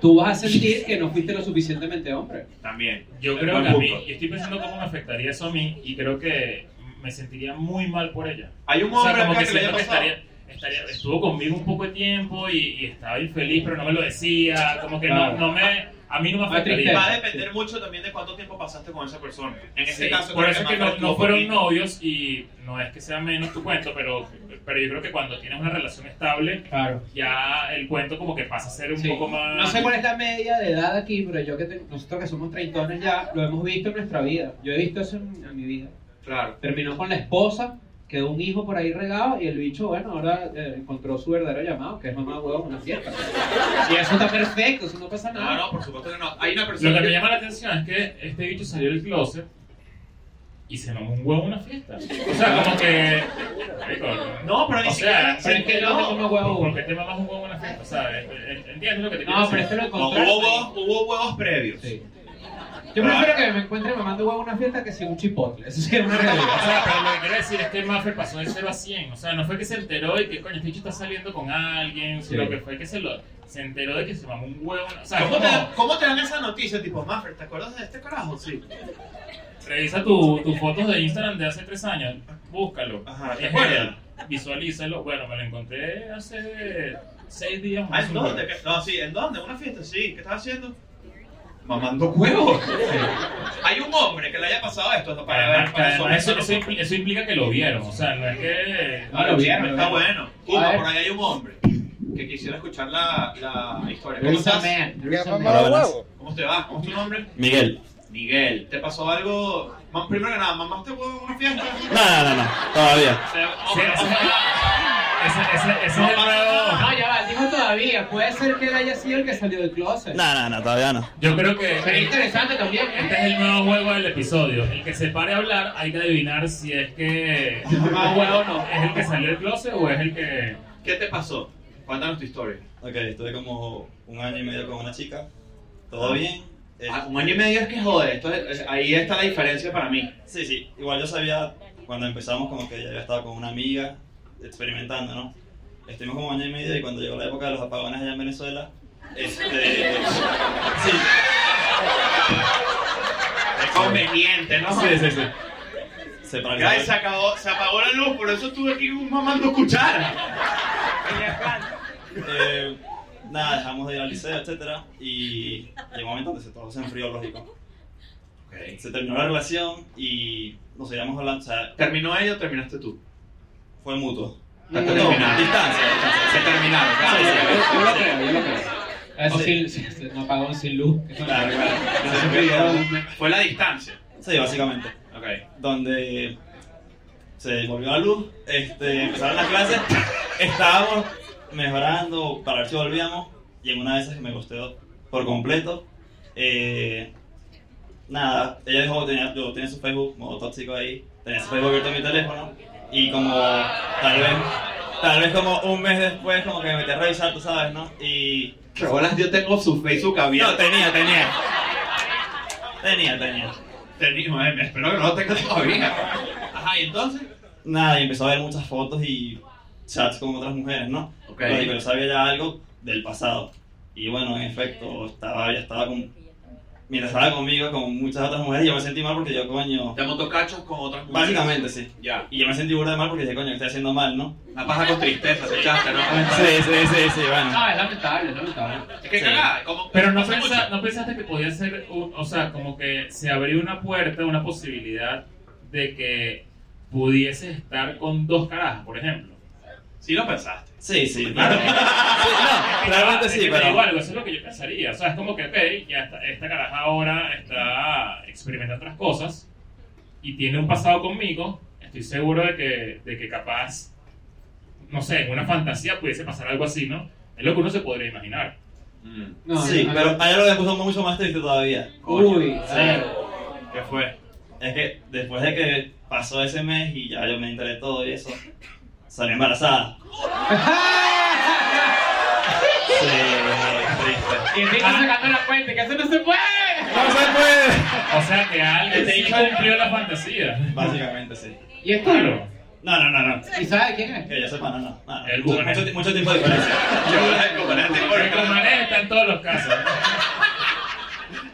C: tú vas a sentir que no fuiste lo suficientemente hombre.
B: También.
A: Yo
B: Es
A: creo
B: buen
A: que a mí,
B: punto.
A: y estoy pensando cómo me afectaría eso a mí, y creo que me sentiría muy mal por ella.
B: Hay un
A: O sea,
B: hombre
A: como
B: acá
A: que
B: que le haya
A: siento que
B: pasado.
A: estaría, estaría- estuvo conmigo un poco de tiempo y, y estaba infeliz, pero no me lo decía, como que
C: Claro.
A: no, no me, a mí no me
C: Más
A: afectaría.
B: Va a depender mucho también de cuánto tiempo pasaste con esa persona. En este
A: Sí,
B: caso,
A: por
B: creo
A: eso es que
B: Maffer
A: no, no
B: estuvo
A: fueron
B: poquito.
A: novios y no es que sea menos tu cuento, pero, pero yo creo que cuando tienes una relación estable,
C: Claro.
A: ya el cuento como que pasa a ser un
C: Sí.
A: poco más...
C: No sé cuál es la media de edad aquí, pero yo que tengo- nosotros que somos treintones ya, lo hemos visto en nuestra vida. Yo he visto eso en- en mi vida.
B: Claro.
C: Terminó con la esposa, quedó un hijo por ahí regado y el bicho, bueno, ahora eh, encontró su verdadero llamado, que es mamá huevo en una fiesta. Y eso está perfecto, eso no pasa
B: No,
C: nada.
B: no, por supuesto que no. Hay una
A: Lo
B: persona
A: que me
B: que...
A: llama la atención es que este bicho salió del closet y se mamó un huevo en una fiesta. O sea, como que... Marico,
B: No, pero ni
A: O sea,
B: siquiera...
C: pero es que no, no, huevo.
A: ¿Por qué te mamas un huevo en una fiesta? ¿Sabes? Entiendo lo que te quiero
C: No,
A: decir.
C: pero esto lo
B: No,
C: encontraste.
B: hubo, huevos, hubo huevos previos.
C: Sí. Yo prefiero que me encuentre mamando huevo en una fiesta que sin un chipotle. Eso sí es una
A: O
C: realidad.
A: sea, pero lo que quiero decir es que Maffer pasó de 0 a 100. O sea, no fue que se enteró y que, coño, este bicho está saliendo con alguien,
C: Sí.
A: sino que fue que se lo... Se enteró de que se mamó un huevo. O sea,
B: ¿Cómo
A: como,
B: te, ¿Cómo te dan esa noticia? Tipo, Maffer, ¿te acuerdas de este carajo? Sí.
A: revisa tu- tus fotos de Instagram de hace tres años, búscalo.
B: Ajá, ¿te
A: Es
B: acuerdas?
A: él, Visualízalo. Bueno, me lo encontré hace seis días.
B: Ah,
A: más
B: ¿en
A: o menos.
B: dónde? ¿Qué- No, sí, ¿en dónde? ¿Una fiesta? Sí. ¿Qué estás haciendo? Mamando huevos. Hay un hombre que le haya pasado esto. Para
A: Además,
B: ver, para
A: además, eso,
B: eso- Ah,
A: eso impli- eso implica que lo vieron. O sea, no es que...
C: No, lo vieron, lo
B: Está
C: vieron.
B: bueno. Cuba,
C: ver.
B: por ahí hay un hombre que quisiera escuchar la, la historia. ¿Cómo estás?
C: There's a man.
B: ¿Cómo te va? ¿Cómo es tu nombre?
E: Miguel.
B: Miguel. ¿Te pasó algo? Ma- Primero que nada, ¿mamaste huevo en una fiesta?
E: No, no, no, todavía.
B: O sea, o-
A: Sí, ese- ese- ese- ese
B: No
A: es el
B: pasa
A: nuevo-
B: nada.
C: No, ya va, dijo todavía. Puede ser que él haya sido el que salió del closet.
E: No, no, no, todavía no.
A: Yo creo que
C: Pero
A: este
C: interesante también, ¿eh?
A: es el nuevo juego del episodio. El que se pare a hablar hay que adivinar si es que
C: Mamá huevo no.
A: es el que salió del closet o es el que...
B: ¿Qué te pasó? Cuéntanos tu historia.
E: Ok, estuve como un año y medio con una chica. Todo bien. Eh,
B: Ah, un año y medio es que jode. Esto es- es- ahí está la diferencia para mí.
E: Sí, sí. Igual yo sabía cuando empezamos como que ella había estado con una amiga experimentando, ¿no? Estuvimos como año y medio y cuando llegó la época de los apagones allá en Venezuela, este... Sí.
B: Es conveniente, ¿no?
A: sí, sí.
E: Se
B: Ay, se,
E: paralizó,
B: acabó, se apagó la luz, por eso estuve aquí mamando cuchara.
E: eh, nada, dejamos de ir al liceo, etcétera, y llegó un momento donde se, todo se enfrió, lógico. Se terminó la relación y nos seguíamos hablando, o sea,
B: ¿Terminó ella o terminaste tú?
E: fue mutuo.
B: Está
C: No,
E: No,
B: terminado.
E: distancia, distancia.
B: Se terminaron.
E: Sí, sí.
C: Yo lo creo, yo lo creo. Es
E: Sí.
C: sin- sin- sin- un apagón sin luz.
E: Claro, claro.
B: Entonces,
E: Sí,
B: fue- Fue la distancia.
E: Sí, básicamente.
B: Ok.
E: donde se volvió la luz, este, empezaron las clases, estábamos mejorando para ver si volvíamos, y en una de esas que me costeó por completo, eh, nada, ella dijo, tenía, yo tenía su Facebook, modo tóxico ahí, tenía su Facebook abierto en mi teléfono, y como tal vez, tal vez como un mes después, como que me metí a revisar, tú sabes, ¿no? Y...
B: Rolas, yo tengo su Facebook
E: No,
B: abierto.
E: tenía, tenía. Tenía, tenía.
B: Tenía, madre, espero que no lo tenga todavía. Ajá, y entonces.
E: Nada, y empezó a ver muchas fotos y chats con otras mujeres, ¿no?
B: Ok.
E: Pero yo sabía ya algo del pasado. Y bueno, en efecto, estaba, ya estaba con... Mientras estaba conmigo, con muchas otras mujeres, yo me sentí mal porque yo, coño...
B: Te montó cachos con otras mujeres.
E: Básicamente, sí.
B: Ya.
E: Y yo me sentí burda de mal porque dije, coño, ¿qué estoy haciendo mal, ¿no?
B: La paja con tristeza, te echaste, ¿no?
E: Sí, sí, sí, sí, bueno.
C: No, es lamentable, es lamentable.
B: Es que
E: Sí.
B: cagada, como.
A: Pero no,
B: pasa
A: pensa-
B: mucho.
A: no pensaste que podía ser, un- o sea, como que se abrió una puerta, una posibilidad de que pudieses estar con dos carajas, por ejemplo.
B: Sí lo pensaste.
E: Sí, sí, claro. Sí, no, claramente
A: Es que
E: sí,
A: te digo
E: pero...
A: algo, eso es lo que yo pensaría. O sea, es como que, ok, ya está- esta caraja ahora está experimentando otras cosas y tiene un pasado conmigo. Estoy seguro de que, de que capaz, no sé, en una fantasía pudiese pasar algo así, ¿no? Es lo que uno se podría imaginar.
C: No,
E: Sí,
C: no,
E: pero
C: no.
E: hay algo que me puso mucho más triste todavía.
C: Uy,
E: Sí.
C: a ver.
B: ¿Qué fue?
E: Es que después de que pasó ese mes y ya yo me enteré de todo y eso, salí embarazada. Sí, triste.
C: Y estoy sacando la fuente, que eso no se puede.
E: ¡No se puede!
A: O sea, que alguien sí cumplió la fantasía.
E: Básicamente sí.
C: Y es tuyo.
A: Claro.
E: No, no, no, no.
C: ¿Y sabes quién es?
E: Que yo sepa, no, no. no.
A: El
E: mucho,
A: cubano.
E: mucho, mucho tiempo de diferencia.
B: Yo, eh, como la
A: Porque
B: tengo-
A: con Mané está en todos los casos.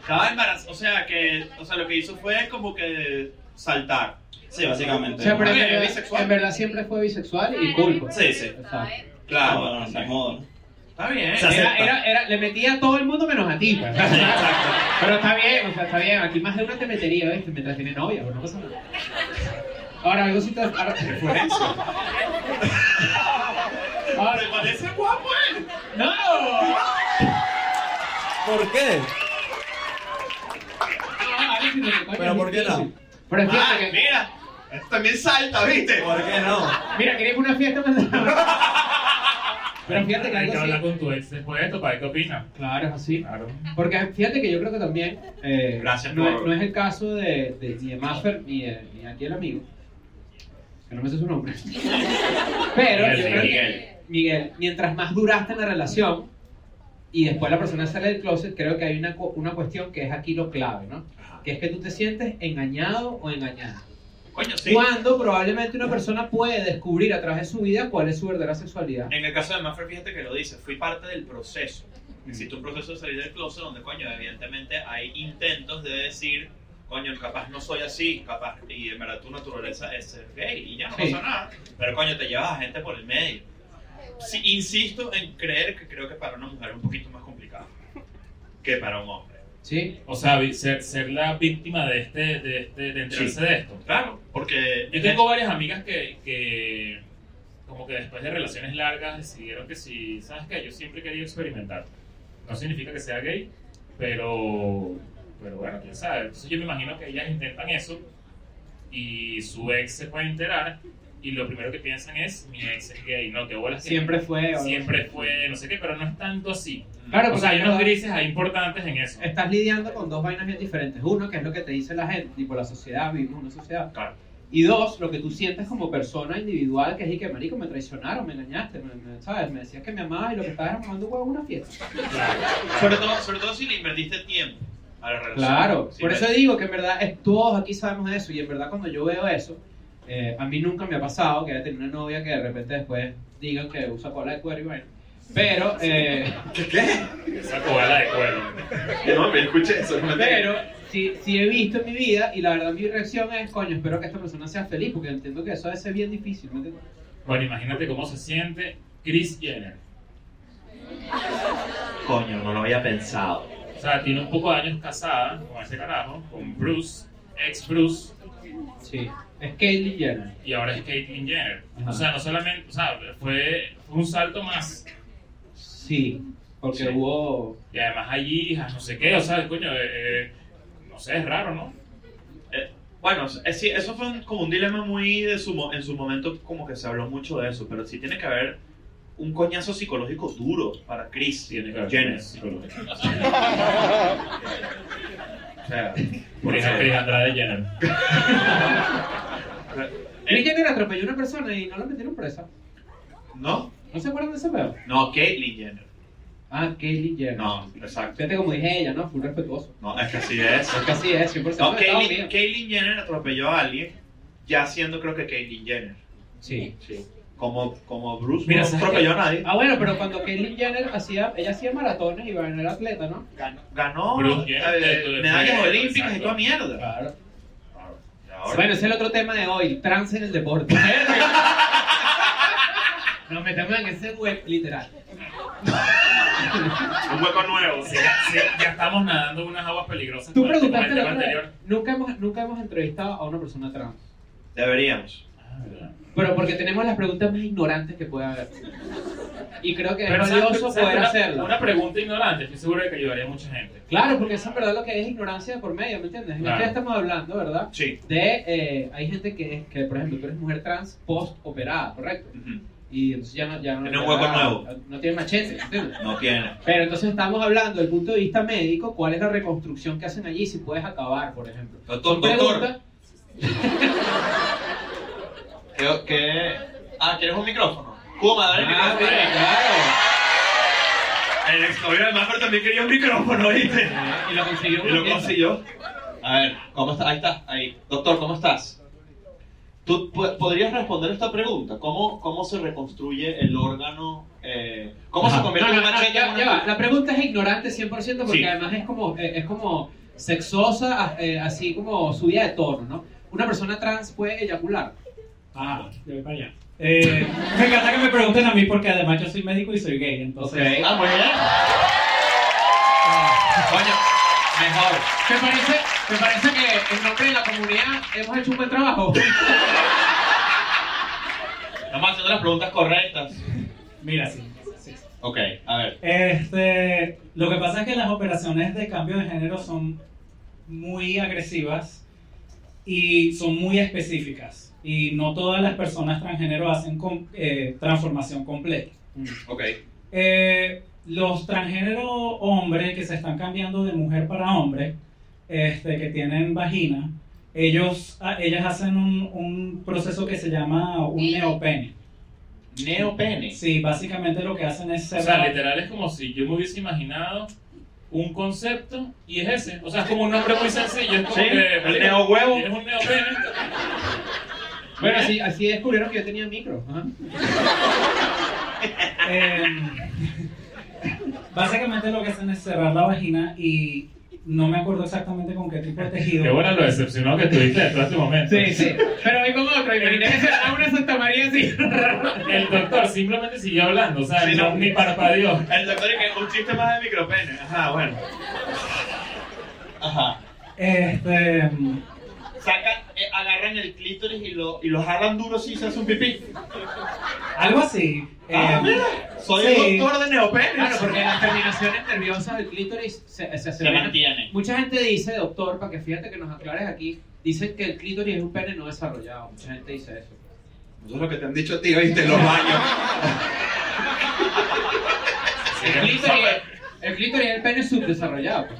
B: Estaba embarazada, o sea que, o sea, lo que hizo fue como que saltar.
E: Sí,
C: O
E: básicamente.
C: sea, pero en
B: Oye,
C: verdad,
B: bisexual.
C: en verdad siempre fue bisexual y cool. pues.
E: Sí, sí.
C: Exacto.
E: Claro, bueno, sin modo. ¿no?
B: Está bien.
E: Se hace-
C: Era, era, era, le metía a todo el mundo menos a ti. pues.
E: Sí, exacto.
C: Pero está bien, o sea, está bien. Aquí más de una te metería, ¿ves? Mientras tiene novia, pero no pasa nada. Ahora, algo sí te... Ahora, Ahora,
B: ¿Te parece guapo él?
C: ¡No! Ah,
E: ¿Por qué?
C: Ahora sí te lo-
E: Pero, ¿por qué no?
C: Pero es
B: Ah,
C: que...
B: mira. Esto también salta, ¿viste?
E: ¿Por qué no?
C: Mira, quería una fiesta más... Pero fíjate que
A: Hay
C: algo
A: que
C: sí...
A: hablar con tu ex después de esto para ver qué opina.
C: Claro, es así.
A: Claro.
C: Porque fíjate que yo creo que también eh,
B: Gracias
C: no,
B: por-
C: es, no es el caso de, de- ni de Maffer ni de, ni de aquí el amigo, que no me sé su nombre. Pero
A: Miguel,
C: yo creo que-
B: Miguel.
C: Miguel, mientras más duraste en la relación y después la persona sale del closet, creo que hay una, cu- una cuestión que es aquí lo clave, ¿no? Que es que tú te sientes engañado o engañada.
B: Coño, sí.
C: Cuando probablemente una persona puede descubrir a través de su vida cuál es su verdadera sexualidad.
B: En el caso de Maffer, fíjate que lo dice, fui parte del proceso.
C: Mm.
B: Existe un proceso de salir del closet donde, coño, evidentemente hay intentos de decir, coño, capaz no soy así, capaz, y en verdad tu naturaleza es ser gay y ya no
C: Sí.
B: pasa nada. Pero, coño, te llevas a gente por el medio. Sí, insisto en creer que creo que para una mujer es un poquito más complicado que para un hombre.
C: ¿Sí?
A: O sea, vi- ser, ser la víctima de este, de este, de enterarse
B: Sí.
A: de esto.
B: Claro, porque
A: Yo tengo varias amigas que, que como que después de relaciones largas decidieron que si, ¿sabes qué? Yo siempre quería experimentar. No significa que sea gay, pero, pero bueno, quién sabe. Entonces yo me imagino que ellas intentan eso y su ex se puede enterar y lo primero que piensan es, mi ex es gay, ¿no? Que bolas que
C: Siempre fue... o-
A: siempre fue, no sé qué, pero no es tanto así.
C: Claro,
A: O
C: porque
A: sea, hay unos
C: cada-
A: grises ahí importantes en eso.
C: estás lidiando con dos vainas bien diferentes. Uno, que es lo que te dice la gente, tipo la sociedad, vivimos en una sociedad.
B: Claro.
C: Y dos, lo que tú sientes como persona individual, que es y que, marico, me traicionaron, me engañaste, me, me- ¿sabes? Me decías que me amabas y lo que estabas era mamando huevo en una fiesta.
B: este, Sobre todo, sobre todo si le invertiste tiempo a la relación.
C: Claro,
B: Si
C: por
B: le-
C: eso digo que en verdad es- todos aquí sabemos de eso y en verdad cuando yo veo eso, eh, a mí nunca me ha pasado que haya tenido una novia que de repente después digan que usa cola de cuero y bueno. Pero... eh,
A: Esa cobala de cuero.
B: No, me escuché eso. no me-
C: Pero sí, sí he visto en mi vida y la verdad mi reacción es, coño, espero que esta persona sea feliz porque entiendo que eso a veces es bien difícil. ¿me entiendes?
A: Bueno, imagínate cómo se siente Chris Jenner.
B: Coño, no lo había pensado.
A: O sea, tiene un poco de años casada con ese carajo, con Bruce, ex Bruce,
C: Sí. Es Caitlyn Jenner.
A: y ahora es Caitlyn Jenner.
C: Ajá.
A: O sea, no solamente, o sea, fue, fue un salto más.
C: Sí. Porque
A: Sí.
C: hubo.
A: Y además hay hijas, no sé qué, o sea, coño, eh, eh, no sé, es raro, ¿no?
B: Bueno, es- sí, eso fue un- como un dilema muy de su, mo- en su momento, como que se habló mucho de eso, pero sí tiene que haber un coñazo psicológico duro para Chris,
A: Tiene que haber
B: Jenner.
A: psicología.
B: O sea,
A: Por ejemplo, Cris Andrade Jenner.
C: Kris Jenner atropelló a una persona y no la metieron presa.
B: ¿no?
C: ¿No se acuerdan de ese pedo?
B: No, Caitlyn Jenner.
C: Ah, Caitlyn Jenner.
B: No, exacto.
C: Fíjate como dije ella, ¿no? Full respetuoso.
B: No, es que así es.
C: Es que así es, 100%
B: No,
C: de Estados
B: Caitlyn,
C: Unidos.
B: Caitlyn Jenner atropelló a alguien, ya siendo creo que Caitlyn Jenner.
C: Sí.
B: Como, como Bruce
A: Mira,
B: no
A: ¿sabes
B: atropelló a nadie.
C: Ah, bueno, pero cuando Caitlyn Jenner hacía, ella hacía maratones y bueno, era atleta, ¿no?
B: Ganó
A: Bruce Jenner,
B: eh,
A: esto de-
B: medallas
A: fue-
B: olímpicas y
A: exacto.
B: toda mierda.
C: Claro.
B: Y ahora-
C: Bueno, ese es el otro tema de hoy, trans en el deporte. Nos metemos en ese web, literal.
B: un hueco nuevo.
A: Sí, sí, ya estamos nadando en unas aguas peligrosas.
C: Tú
A: con el- con el
C: preguntaste
A: tema
C: la otra vez,
A: anterior.
C: nunca hemos, nunca hemos entrevistado a una persona trans.
B: Deberíamos.
A: Ah, verdad.
C: Pero porque tenemos las preguntas más ignorantes que puede haber. Y creo que es
A: Pero ¿sabes-
C: valioso
A: sabes
C: poder
A: una-
C: hacerlo.
A: Una pregunta ignorante, estoy seguro de que ayudaría a mucha gente.
C: Claro, porque eso en verdad lo que es ignorancia de por medio, ¿me entiendes?
A: Claro.
C: Ya que estamos hablando, ¿verdad?
B: Sí.
C: De, eh, hay gente que, es- que, por ejemplo, tú eres mujer trans post operada, ¿correcto?
B: Ujú.
C: Y entonces ya no... Ya no
B: Tiene un
C: ya
B: hueco
C: no-
B: nuevo.
C: No tiene machete, ¿entiendes?
B: No tiene.
C: Pero entonces estamos hablando del punto de vista médico, ¿cuál es la reconstrucción que hacen allí si puedes acabar, por ejemplo?
E: Doctor,
C: Son
E: doctor.
C: preguntas-
E: ¿Qué, qué? Ah, ¿quieres un micrófono? Kuma, dale el
C: Ah,
E: micrófono.
C: mira, claro.
B: El exnovio de Manfred también quería un micrófono, ¿viste?
C: Eh, Y lo consiguió.
B: Y lo
C: uno,
B: consiguió.
E: A ver, ¿cómo estás? Ahí estás, ahí. Doctor, ¿cómo estás? ¿Tú po- podrías responder esta pregunta? ¿Cómo, cómo se reconstruye el órgano? eh, ¿Cómo se
C: No,
E: convierte
C: no,
E: un
C: no,
E: machete en
C: ya,
E: una-
C: ya va. La pregunta es ignorante 100% porque
B: Sí.
C: además es como, eh, es como sexosa, a- eh, así como subida de tono, ¿no? Una persona trans puede eyacular.
H: Ah, yo voy para allá. Eh, me encanta que me pregunten a mí porque además yo soy médico y soy gay, entonces...
E: Ah, muy bien. Ah, Coño, mejor.
C: ¿Te parece, te parece que en nombre de la comunidad hemos hecho un buen trabajo?
E: Estamos haciendo las preguntas correctas.
H: Mira, sí. sí.
E: Ok, a ver.
H: Este, lo que pasa es que las operaciones de cambio de género son muy agresivas y son muy específicas. Y no todas las personas transgénero hacen con- eh, transformación completa.
C: Mm.
E: Ok.
H: Eh, los transgénero hombres que se están cambiando de mujer para hombre, este, que tienen vagina, ellos, ah, ellas hacen un, un proceso que se llama un neopene.
E: Neopene.
H: Sí, básicamente lo que hacen es
A: O sea,
H: cerrar-
A: literal es como si yo me hubiese imaginado un concepto y es ese. O sea, es como un nombre muy sencillo. Es como
B: Sí,
A: que.
B: el neohuevo.
A: Es un neopene.
C: Bueno, así, así descubrieron que yo tenía micro. ajá.
H: Em, básicamente lo que hacen es cerrar la vagina y no me acuerdo exactamente con qué tipo de tejido.
A: Qué bueno lo decepcionado que estuviste de todo este momento.
C: Sí, sí. Pero ahí con otro, imagínense a una Santa María así.
A: El doctor simplemente siguió hablando, o sea,
B: Sí,
A: no,
B: no.
A: ni parpadeó.
B: El doctor y que un chiste más de micropene. Ajá, bueno.
E: Ajá.
H: Este, em,
E: Sacan, eh, agarran el clítoris y lo, y lo jalan duro si se hace un pipí.
H: algo así.
E: Ah,
H: Em,
E: mira. Soy
H: sí.
E: el doctor de neopene.
C: Claro, porque las terminaciones nerviosas del clítoris se, se
E: Se
C: asemejan
E: mantiene.
C: Mucha gente dice, doctor, para que fíjate que nos aclares aquí, dicen que el clítoris es un pene no desarrollado. Mucha gente dice eso.
F: Eso es lo que te han dicho a ti, oíste, los baños.
C: El clítoris, el clítoris es el pene subdesarrollado. pues.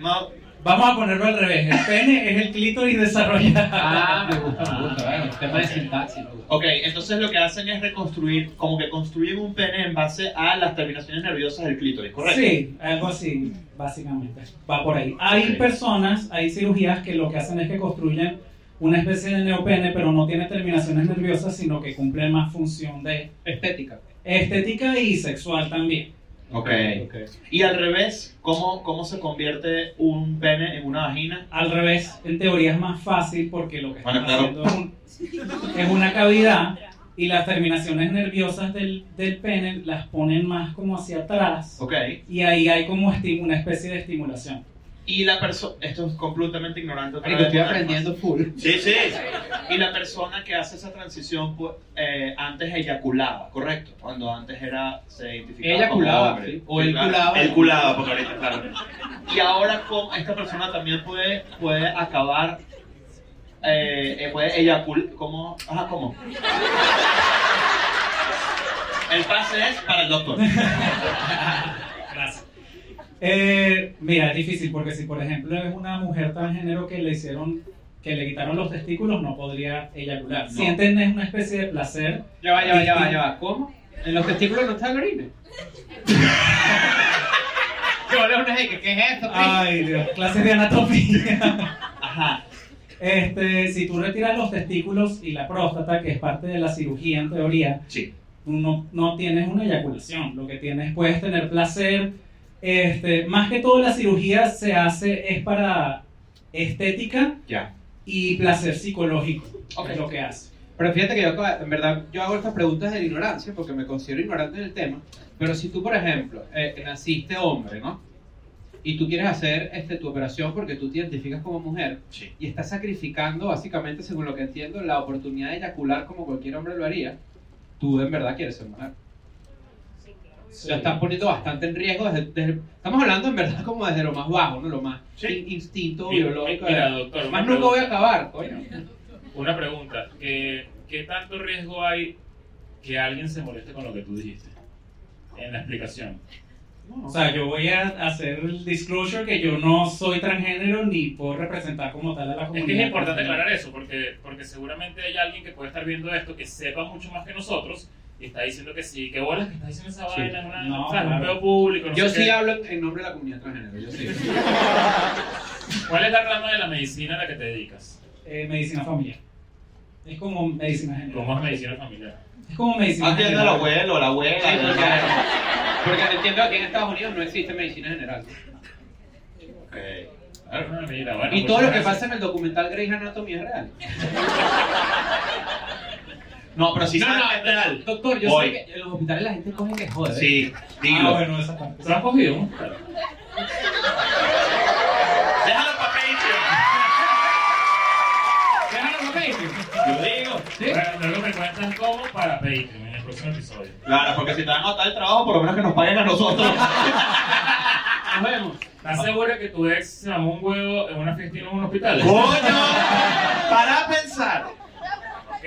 B: No,
H: Vamos a ponerlo al revés. El pene es el clítoris desarrollado.
C: Ah, me gusta, me gusta. bueno, el tema de sintaxis. me gusta.
E: Ok, entonces lo que hacen es reconstruir, como que construyen un pene en base a las terminaciones nerviosas del clítoris, ¿correcto?
H: Sí, algo así, básicamente. Va por ahí. Hay
E: Ok.
H: personas, hay cirugías que lo que hacen es que construyen una especie de neopene, pero no tiene terminaciones nerviosas, sino que cumple más función de
C: Estética.
H: estética y sexual también.
E: Ok.
C: Ok.
E: Y al revés, ¿cómo, cómo se convierte un pene en una vagina?
H: Al revés, en teoría es más fácil porque lo que
E: Bueno,
H: están
E: claro.
H: haciendo es, un- es una cavidad y las terminaciones nerviosas del, del pene las ponen más como hacia atrás
E: Ok.
H: y ahí hay como estímulo, una especie de estimulación.
B: Y la persona, esto es completamente ignorante. otra
C: Marico,
B: vez,
C: estoy
B: una vez más.
C: aprendiendo full.
B: Sí, sí. Y la persona que hace esa transición, pues, eh, antes eyaculaba, correcto. Cuando antes era, se identificaba
C: Ella
B: como
C: culaba,
B: hombre.
C: sí. O él
B: claro.
C: culaba.
B: Él culaba, porque ahorita, claro. Y ahora con, esta persona también puede, puede acabar, eh, eh, puede eyacular, ¿cómo? Ajá, ¿cómo? El pase es para el doctor.
H: Gracias. Eh, mira, es difícil porque si por ejemplo es una mujer transgénero que le hicieron, que le quitaron los testículos, no podría eyacular. Sienten es una especie de placer.
C: Ya va, ya va, ya va, ya va. ¿Cómo? ¿En los testículos no está el orine? Yo le una que ¿qué es esto?
H: Ay, Dios, clases de anatomía.
B: Ajá.
H: Este, si tú retiras los testículos y la próstata, que es parte de la cirugía en teoría,
B: Sí.
H: tú no, no tienes una eyaculación. Lo que tienes puedes tener placer. Este, más que todo la cirugía se hace es para estética
B: Ya.
H: y placer psicológico. Es lo que hace.
C: Pero fíjate que yo, acaba- en verdad, yo hago estas preguntas de la ignorancia porque me considero ignorante en el tema. Pero si tú, por ejemplo, eh, naciste hombre, ¿no? Y tú quieres hacer este, tu operación porque tú te identificas como mujer
B: Sí.
C: y estás sacrificando, básicamente, según lo que entiendo, la oportunidad de eyacular como cualquier hombre lo haría, tú en verdad quieres ser mujer. Lo estás poniendo bastante en riesgo. Desde, desde- estamos hablando en verdad como desde lo más bajo, ¿no? Lo más
A: Sí.
C: in- instinto
A: Mira,
C: biológico.
A: mira,
C: de-
A: doctor,
C: más
A: una
C: nunca voy a
A: pregunta.
C: acabar, coño.
A: Una pregunta. ¿Qué, ¿Qué tanto riesgo hay que alguien se moleste con lo que tú dijiste? En la explicación.
H: O sea, yo voy a hacer el disclosure que yo no soy transgénero ni puedo representar como tal a la
A: Es
H: comunidad.
A: que es importante
H: transgénero.
A: aclarar eso, porque, porque seguramente hay alguien que puede estar viendo esto que sepa mucho más que nosotros y está diciendo que sí, que bolas que está diciendo esa
C: Sí.
A: vaina, una-
H: No,
A: o sea, es un
H: claro.
A: pedo público. no
C: Yo
A: sé
C: sí
A: qué.
C: hablo en nombre de la comunidad transgénero, yo eh, sí.
A: ¿Cuál es la rama de la medicina a la que te dedicas?
H: Eh, medicina familiar. Es como medicina general.
A: ¿Cómo es medicina familiar?
H: Es como medicina
B: Atiende al
H: general. Ah,
B: abuelo, la abuela.
C: Sí, pues,
B: la-
C: porque, porque entiendo que aquí en Estados Unidos no existe medicina general.
B: Ok.
A: Ah, mira, bueno,
C: Y
A: pues,
C: todo lo que
A: gracias.
C: pasa en el documental Grey's Anatomy es real.
B: No, pero si
C: No,
B: sabes
C: no,
B: que es real.
C: Doctor, yo
B: Voy.
C: sé que en los hospitales la gente coge que jode.
B: Sí,
H: Ah,
B: dilo.
H: bueno, esa parte.
A: ¿Tú has cogido un
B: Déjalo para Patreon.
C: Déjalo, papi.
B: Yo digo.
C: Sí.
A: Bueno, luego me cuentas cómo para Patreon en el próximo episodio.
B: Claro, porque si te van a botar el trabajo, por lo menos que nos paguen a nosotros.
C: Nos vemos.
H: Ah.
A: ¿Estás segura que tu ex se mamó un huevo en una fiesta y no en un hospital?
B: ¡Coño! Para pensar.
A: Ok.